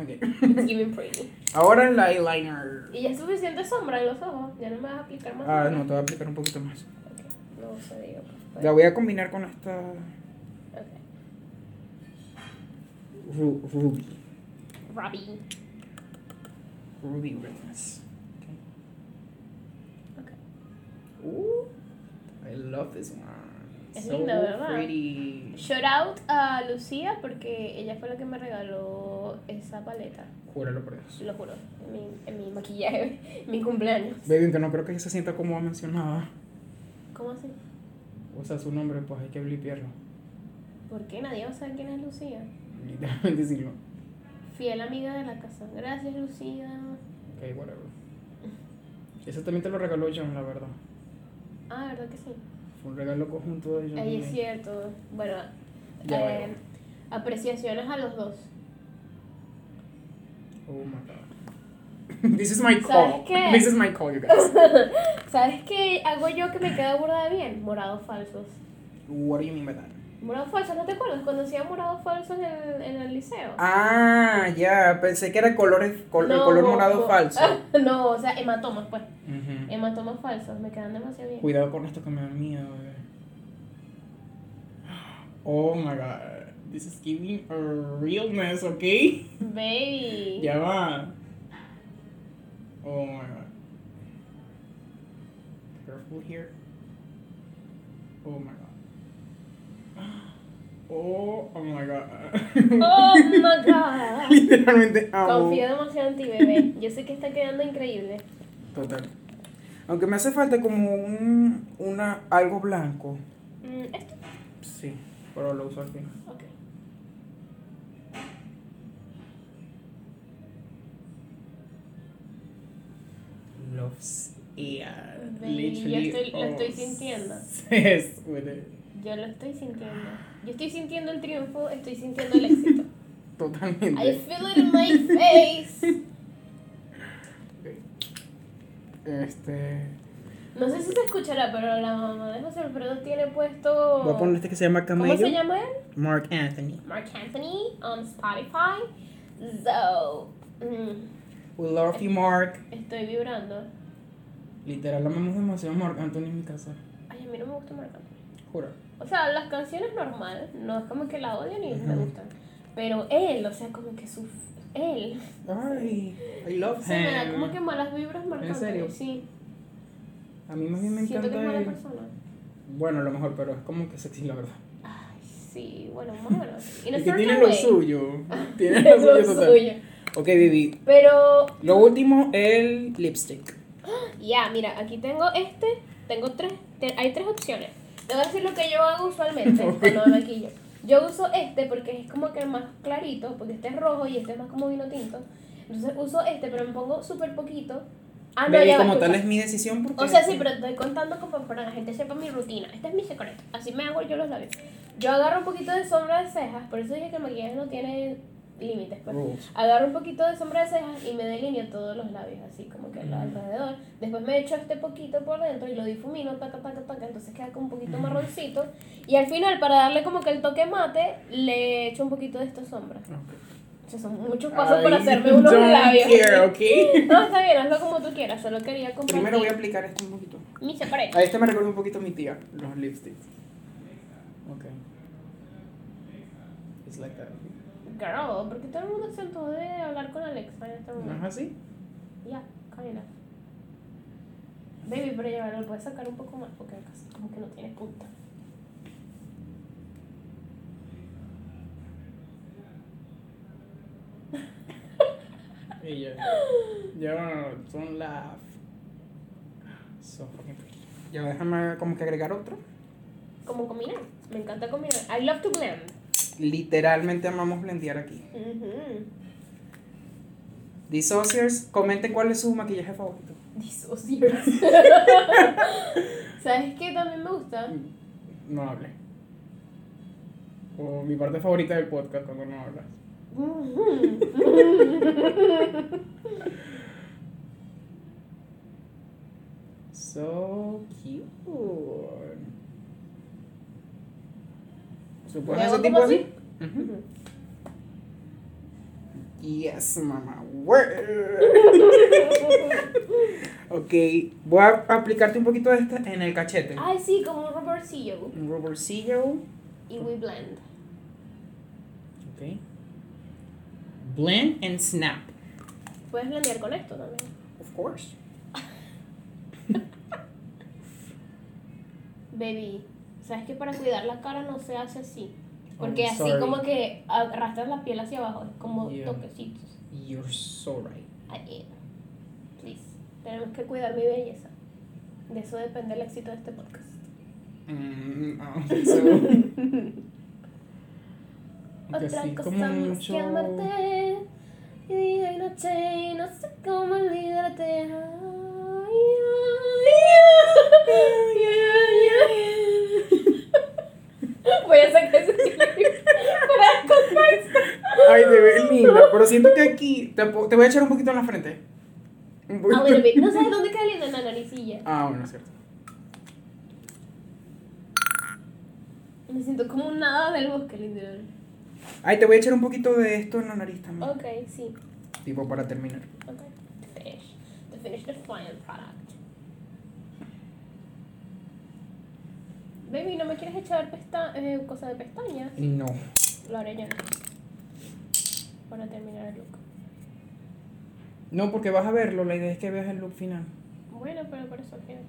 [SPEAKER 2] Okay.
[SPEAKER 3] It's giving pretty.
[SPEAKER 2] Ahora el eyeliner.
[SPEAKER 3] Y ya es suficiente sombra en los ojos, ya no me vas a aplicar más.
[SPEAKER 2] Ah,
[SPEAKER 3] nada.
[SPEAKER 2] no, te voy a aplicar un poquito más.
[SPEAKER 3] No se diga.
[SPEAKER 2] La voy a combinar con esta
[SPEAKER 3] pues, Ok.
[SPEAKER 2] ru- ruby.
[SPEAKER 3] Robbie.
[SPEAKER 2] Ruby Redness. Okay.
[SPEAKER 3] Okay.
[SPEAKER 2] Ooh, I love this one.
[SPEAKER 3] Es
[SPEAKER 2] so
[SPEAKER 3] linda, ¿verdad?
[SPEAKER 2] pretty.
[SPEAKER 3] Shout out a Lucía porque ella fue la que me regaló esa paleta.
[SPEAKER 2] Júralo por Dios.
[SPEAKER 3] Lo juro. En mi, en mi maquillaje, en mi cumpleaños.
[SPEAKER 2] Baby, aunque no creo que ella se sienta como mencionada.
[SPEAKER 3] ¿Cómo así?
[SPEAKER 2] O sea, su nombre, pues hay que blipearlo.
[SPEAKER 3] ¿Por qué nadie va a saber quién es Lucía?
[SPEAKER 2] Literalmente decirlo.
[SPEAKER 3] Fiel amiga de la casa. Gracias, Lucía.
[SPEAKER 2] Ok, whatever. Ese también te lo regaló John, la verdad.
[SPEAKER 3] Ah, ¿verdad que sí?
[SPEAKER 2] Fue un regalo conjunto de John.
[SPEAKER 3] Ahí
[SPEAKER 2] y-
[SPEAKER 3] es cierto. Bueno,
[SPEAKER 2] Ya
[SPEAKER 3] eh,
[SPEAKER 2] veo.
[SPEAKER 3] apreciaciones a los dos.
[SPEAKER 2] Oh my god. This is my call.
[SPEAKER 3] ¿Sabes qué?
[SPEAKER 2] This is my call, you guys.
[SPEAKER 3] ¿Sabes qué hago yo que me queda burda de bien? Morados falsos.
[SPEAKER 2] What do you mean by that?
[SPEAKER 3] Morados falsos, ¿no te acuerdas? Cuando hacía morados falsos en, en el liceo.
[SPEAKER 2] Ah, ya, pensé que era colores, col- el
[SPEAKER 3] No,
[SPEAKER 2] color morado
[SPEAKER 3] co-
[SPEAKER 2] falso.
[SPEAKER 3] no, o sea, hematomas, pues. Hematomas falsos, me quedan demasiado bien.
[SPEAKER 2] Cuidado con esto que me da miedo, bebé. Oh my god. This is giving a realness, ¿ok?
[SPEAKER 3] Baby.
[SPEAKER 2] Ya va. Oh my god. Careful here. Oh my god. Oh, oh my god.
[SPEAKER 3] Oh my god.
[SPEAKER 2] Literalmente amo.
[SPEAKER 3] Confío demasiado en ti, bebé. Yo sé que está quedando increíble.
[SPEAKER 2] Total. Aunque me hace falta como un una, algo blanco.
[SPEAKER 3] Mm, esto.
[SPEAKER 2] Sí, pero lo uso al final.
[SPEAKER 3] Ok.
[SPEAKER 2] Loves ear.
[SPEAKER 3] Baby, yo estoy-
[SPEAKER 2] oh,
[SPEAKER 3] lo estoy sintiendo.
[SPEAKER 2] Yes, with it.
[SPEAKER 3] Yo lo estoy sintiendo. Yo estoy sintiendo el triunfo, estoy sintiendo el éxito.
[SPEAKER 2] Totalmente.
[SPEAKER 3] I feel it in my face.
[SPEAKER 2] Este.
[SPEAKER 3] No sé si se escuchará, pero la mamá de José Alfredo tiene puesto.
[SPEAKER 2] Voy a poner este que se llama Camello.
[SPEAKER 3] ¿Cómo se llama él?
[SPEAKER 2] Mark Anthony.
[SPEAKER 3] Mark Anthony on Spotify. So. mm,
[SPEAKER 2] We love you, Mark.
[SPEAKER 3] estoy vibrando.
[SPEAKER 2] Literal, amamos demasiado a Mark Anthony en mi casa.
[SPEAKER 3] Ay, a mí no me gusta Marc Anthony.
[SPEAKER 2] Juro.
[SPEAKER 3] O sea, las canciones normal, no es como que la odio ni me
[SPEAKER 2] Ujú.
[SPEAKER 3] gustan. Pero él, o sea, como que su. Él.
[SPEAKER 2] Ay, I love
[SPEAKER 3] Se me da
[SPEAKER 2] him.
[SPEAKER 3] como que malas vibras Marc
[SPEAKER 2] ¿En
[SPEAKER 3] Anthony,
[SPEAKER 2] serio?
[SPEAKER 3] Sí.
[SPEAKER 2] A mí más bien me
[SPEAKER 3] Siento que es
[SPEAKER 2] encanta.
[SPEAKER 3] mala
[SPEAKER 2] él.
[SPEAKER 3] persona.
[SPEAKER 2] Bueno, a lo mejor, pero es como que sexy, la verdad.
[SPEAKER 3] Ay, sí, bueno, más o menos. In a
[SPEAKER 2] Es que tiene
[SPEAKER 3] certain
[SPEAKER 2] lo
[SPEAKER 3] way.
[SPEAKER 2] suyo. Tiene
[SPEAKER 3] Tiene
[SPEAKER 2] lo
[SPEAKER 3] lo
[SPEAKER 2] suyo total.
[SPEAKER 3] suyo.
[SPEAKER 2] Ok, baby.
[SPEAKER 3] Pero,
[SPEAKER 2] Lo último, el lipstick.
[SPEAKER 3] ya, mira, aquí tengo este. Tengo tres. te- hay tres opciones. Te voy a decir lo que yo hago usualmente
[SPEAKER 2] Ok.
[SPEAKER 3] cuando me maquillo. Yo uso este porque es como que el más clarito, porque este es rojo y este es más como vino tinto. Entonces uso este, pero me pongo súper poquito. Ah, no,
[SPEAKER 2] Baby,
[SPEAKER 3] ya va,
[SPEAKER 2] como tal
[SPEAKER 3] escucha.
[SPEAKER 2] es mi decisión porque...
[SPEAKER 3] O sea, sí, pero estoy contando como para que la gente sepa mi rutina. Este es mi secreto. Así me hago yo los labios. Yo agarro un poquito de sombra de cejas, por eso dije que el maquillaje no tiene límites. Pues.
[SPEAKER 2] Rules.
[SPEAKER 3] Agarro un poquito de sombra de cejas y me delineo todos los labios, así como
[SPEAKER 2] Mm.
[SPEAKER 3] que lo alrededor. Después me echo este poquito por dentro y lo difumino, paca, paca, paca, entonces queda como un
[SPEAKER 2] Mm.
[SPEAKER 3] poquito marroncito. Y al final, para darle como que el toque mate, le echo un poquito de esta sombra. O sea, son muchos pasos para
[SPEAKER 2] I
[SPEAKER 3] hacerme unos
[SPEAKER 2] don't
[SPEAKER 3] labios.
[SPEAKER 2] care, ok.
[SPEAKER 3] No, está bien, hazlo como tú quieras, solo quería compartir
[SPEAKER 2] Primero voy a aplicar esto un poquito.
[SPEAKER 3] mi separate.
[SPEAKER 2] A este me recuerda un poquito a mi tía, los lipsticks. Ok. It's like that.
[SPEAKER 3] Girl, porque todo el mundo se antojó de hablar con Alexa en este
[SPEAKER 2] ¿No
[SPEAKER 3] momento.
[SPEAKER 2] es así?
[SPEAKER 3] Ya, Camila. Baby, pero ya lo puedes sacar un poco más porque acá como que no tiene punta.
[SPEAKER 2] Y ya. Ya son las. So fucking pretty. Ya déjame como que agregar otro.
[SPEAKER 3] Como combinar. Me encanta combinar. I love to blend.
[SPEAKER 2] Literalmente amamos blendear aquí.
[SPEAKER 3] Ujú.
[SPEAKER 2] Dissociers, comenten cuál es su maquillaje favorito.
[SPEAKER 3] Disociers. ¿Sabes qué también me
[SPEAKER 2] ¿Ah?
[SPEAKER 3] gusta?
[SPEAKER 2] No hable. O mi parte favorita del podcast cuando no hablas. So cute. ¿Se pone ese
[SPEAKER 3] ¿Le hago
[SPEAKER 2] tipo
[SPEAKER 3] como
[SPEAKER 2] así? Ujú. Yes, mamá. Word. ok, voy a aplicarte un poquito de esta en el cachete.
[SPEAKER 3] Ay, sí, como un rubbercillo.
[SPEAKER 2] Un rubbercillo.
[SPEAKER 3] Y we blend.
[SPEAKER 2] Ok. Blend and snap.
[SPEAKER 3] Puedes blendear con esto también.
[SPEAKER 2] Of course.
[SPEAKER 3] Baby, ¿sabes que para cuidar la cara no se hace así? Porque
[SPEAKER 2] I'm
[SPEAKER 3] así
[SPEAKER 2] sorry.
[SPEAKER 3] como que arrastras la piel hacia abajo, es como
[SPEAKER 2] Yeah.
[SPEAKER 3] toquecitos.
[SPEAKER 2] You're so right.
[SPEAKER 3] Ay, please. Tenemos que cuidar mi belleza. De eso depende el éxito de este podcast.
[SPEAKER 2] Mm, I don't think so. Porque
[SPEAKER 3] Otra
[SPEAKER 2] así
[SPEAKER 3] cosa
[SPEAKER 2] como
[SPEAKER 3] más que
[SPEAKER 2] mucho.
[SPEAKER 3] amarte. Y día y noche, y no sé cómo olvidarte. Ay, ay, ay, ay, ay. Voy a sacar ese silencio para el contexto.
[SPEAKER 2] Ay, de ver linda. Pero siento que aquí te, po- te voy a echar un poquito en la frente. Un
[SPEAKER 3] A
[SPEAKER 2] poquito.
[SPEAKER 3] little bit. Ah, No sabes dónde queda linda en la naricilla.
[SPEAKER 2] Ah, bueno, es cierto.
[SPEAKER 3] Me siento como un nada del bosque, literal.
[SPEAKER 2] Ay, te voy a echar un poquito de esto en la nariz también.
[SPEAKER 3] Ok, sí.
[SPEAKER 2] Tipo para terminar.
[SPEAKER 3] Ok. To finish. To finish the final product. Baby, ¿no me quieres echar pesta eh, cosa de pestañas?
[SPEAKER 2] No.
[SPEAKER 3] Lo haré yo. Para terminar el look.
[SPEAKER 2] No, porque vas a verlo. La idea es que veas el look final.
[SPEAKER 3] Bueno, pero por eso queda.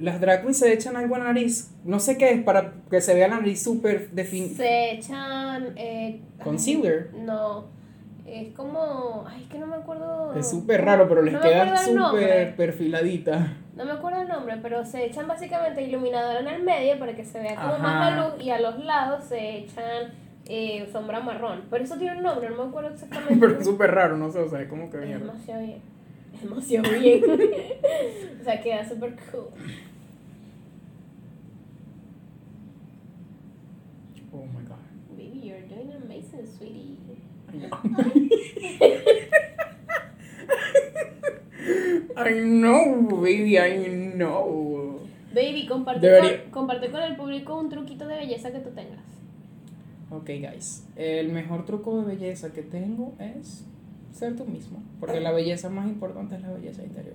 [SPEAKER 2] Las drag queens se echan algo en la nariz. No sé qué es, para que se vea la nariz súper definida.
[SPEAKER 3] Se echan... Eh, ay,
[SPEAKER 2] Concealer.
[SPEAKER 3] no. Es como... Ay, es que no me acuerdo...
[SPEAKER 2] Es súper raro, pero les
[SPEAKER 3] Oh. No me
[SPEAKER 2] queda
[SPEAKER 3] acuerdo el nombre.
[SPEAKER 2] súper perfiladita.
[SPEAKER 3] No me acuerdo el nombre, pero se echan básicamente iluminador en el medio para que se vea como más la
[SPEAKER 2] Ajá.
[SPEAKER 3] luz y a los lados se echan eh, sombra marrón. Pero eso tiene un nombre, no me acuerdo exactamente.
[SPEAKER 2] Pero es súper raro, no sé, o sea, es como que
[SPEAKER 3] es
[SPEAKER 2] mierda.
[SPEAKER 3] demasiado bien. Es demasiado bien. o sea, queda súper cool.
[SPEAKER 2] Oh my god.
[SPEAKER 3] Baby, you're doing amazing, sweetie.
[SPEAKER 2] I know, baby, I know.
[SPEAKER 3] Baby, comparte
[SPEAKER 2] Debería-
[SPEAKER 3] con, comparte con el público un truquito de belleza que tú tengas.
[SPEAKER 2] Ok, guys. El mejor truco de belleza que tengo es ser tú mismo. Porque la belleza más importante es la belleza interior.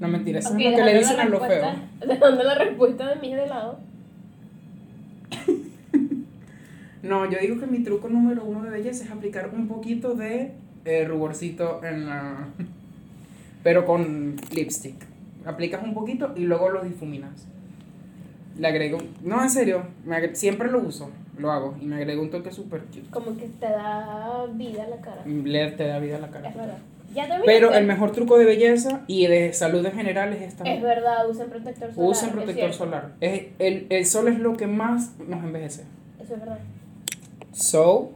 [SPEAKER 2] No mentira, eso
[SPEAKER 3] Ok,
[SPEAKER 2] es lo que le
[SPEAKER 3] dejando
[SPEAKER 2] dicen
[SPEAKER 3] la
[SPEAKER 2] a los feos.
[SPEAKER 3] respuesta- Dejando la respuesta de mí de lado.
[SPEAKER 2] No, yo digo que mi truco número uno de belleza es aplicar un poquito de eh, ruborcito en la. Pero con lipstick. Aplicas un poquito y luego lo difuminas. Le agrego. No, en serio. me agre- siempre lo uso. Lo hago. Y me agrego un toque super cute.
[SPEAKER 3] Como que te da vida a la cara.
[SPEAKER 2] Le te da vida a la cara.
[SPEAKER 3] Es verdad. Ya terminaste.
[SPEAKER 2] Pero el mejor truco de belleza y de salud en general es esta.
[SPEAKER 3] Es verdad, usen protector solar.
[SPEAKER 2] Usen
[SPEAKER 3] es
[SPEAKER 2] protector
[SPEAKER 3] cierto.
[SPEAKER 2] solar. Es- el, el sol es lo que más nos envejece.
[SPEAKER 3] Eso es verdad.
[SPEAKER 2] So,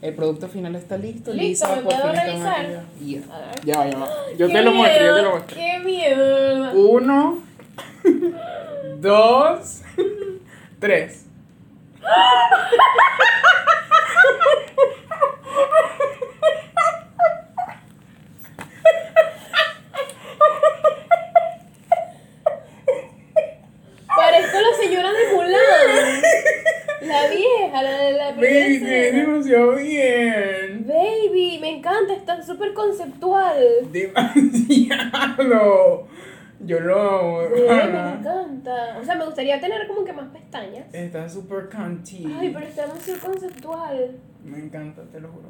[SPEAKER 2] el producto final está listo.
[SPEAKER 3] Listo, me puedo
[SPEAKER 2] está
[SPEAKER 3] revisar.
[SPEAKER 2] maquillada. Yeah.
[SPEAKER 3] A ver.
[SPEAKER 2] Ya va, ya va. Yo
[SPEAKER 3] ¡Qué
[SPEAKER 2] te lo muestro, yo te lo
[SPEAKER 3] miedo!
[SPEAKER 2] muestro.
[SPEAKER 3] ¡Qué miedo!
[SPEAKER 2] Uno, dos, tres.
[SPEAKER 3] Parezco la señora de Mulan. La vieja, la de la primera
[SPEAKER 2] Baby, te ves
[SPEAKER 3] escena.
[SPEAKER 2] demasiado bien.
[SPEAKER 3] Baby, me encanta, está súper conceptual.
[SPEAKER 2] Demasiado. Yo lo amo.
[SPEAKER 3] Baby, me
[SPEAKER 2] Ana.
[SPEAKER 3] encanta. O sea, me gustaría tener como que más pestañas.
[SPEAKER 2] Está súper canti.
[SPEAKER 3] Ay, pero está muy conceptual.
[SPEAKER 2] Me encanta, te lo juro.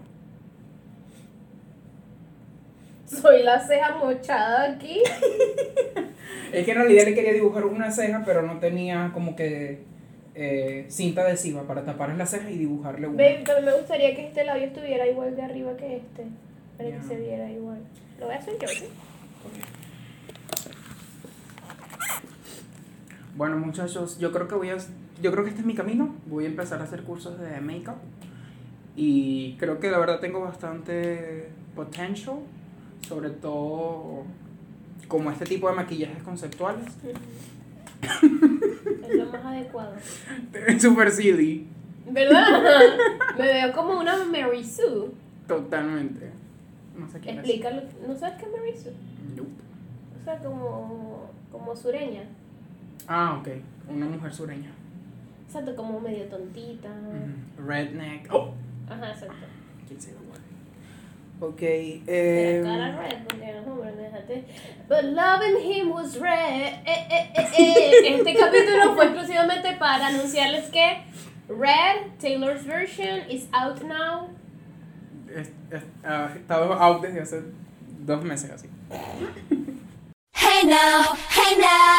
[SPEAKER 3] Soy la ceja mochada aquí.
[SPEAKER 2] Es que en realidad le quería dibujar una ceja, pero no tenía como que eh, cinta adhesiva para tapar la ceja y dibujarle una.
[SPEAKER 3] Baby, también me gustaría que este labio estuviera igual de arriba que este. Para
[SPEAKER 2] Ya.
[SPEAKER 3] que se viera igual. Lo voy a hacer yo, ¿sí?
[SPEAKER 2] Bueno, muchachos, yo creo que voy a yo creo que este es mi camino. Voy a empezar a hacer cursos de makeup y creo que la verdad tengo bastante potential, sobre todo como este tipo de maquillajes conceptuales.
[SPEAKER 3] Es lo más adecuado.
[SPEAKER 2] Super silly,
[SPEAKER 3] ¿Verdad? Me veo como una Mary Sue.
[SPEAKER 2] totalmente. No sé quién es.
[SPEAKER 3] Explícalo. ¿No sabes qué es Mary Sue?
[SPEAKER 2] Nope.
[SPEAKER 3] O sea, como, como sureña.
[SPEAKER 2] Ah, ok. Una mujer sureña.
[SPEAKER 3] Exacto, como medio tontita.
[SPEAKER 2] Ujú. Redneck. Oh,
[SPEAKER 3] Ajá, exacto.
[SPEAKER 2] quién se lo guarde. Ok,
[SPEAKER 3] Pero
[SPEAKER 2] eh,
[SPEAKER 3] cara red, porque no, hombre, déjate. But loving him was red. Eh, eh, eh, eh. Este capítulo fue exclusivamente para anunciarles que Red, Taylor's version, is out now.
[SPEAKER 2] es- es- ah, estaba out desde hace dos meses así.
[SPEAKER 1] Hey now, hey now.